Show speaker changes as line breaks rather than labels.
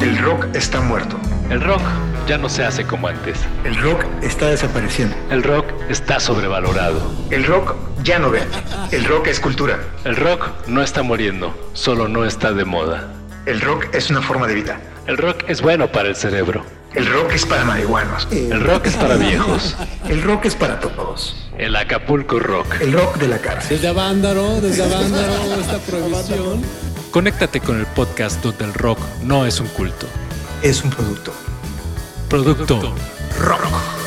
El rock está muerto.
El rock ya no se hace como antes.
El rock está desapareciendo.
El rock está sobrevalorado.
El rock ya no vende. El rock es cultura.
El rock no está muriendo, solo no está de moda.
El rock es una forma de vida.
El rock es bueno para el cerebro.
El rock es para marihuanos.
El rock es para viejos.
Eh, El rock es para todos.
El Acapulco Rock.
El rock de la cárcel.
Desde Avándaro, desde Avándaro, esta prohibición.
Conéctate con el podcast donde el rock no es un culto.
Es un producto.
Producto, rock.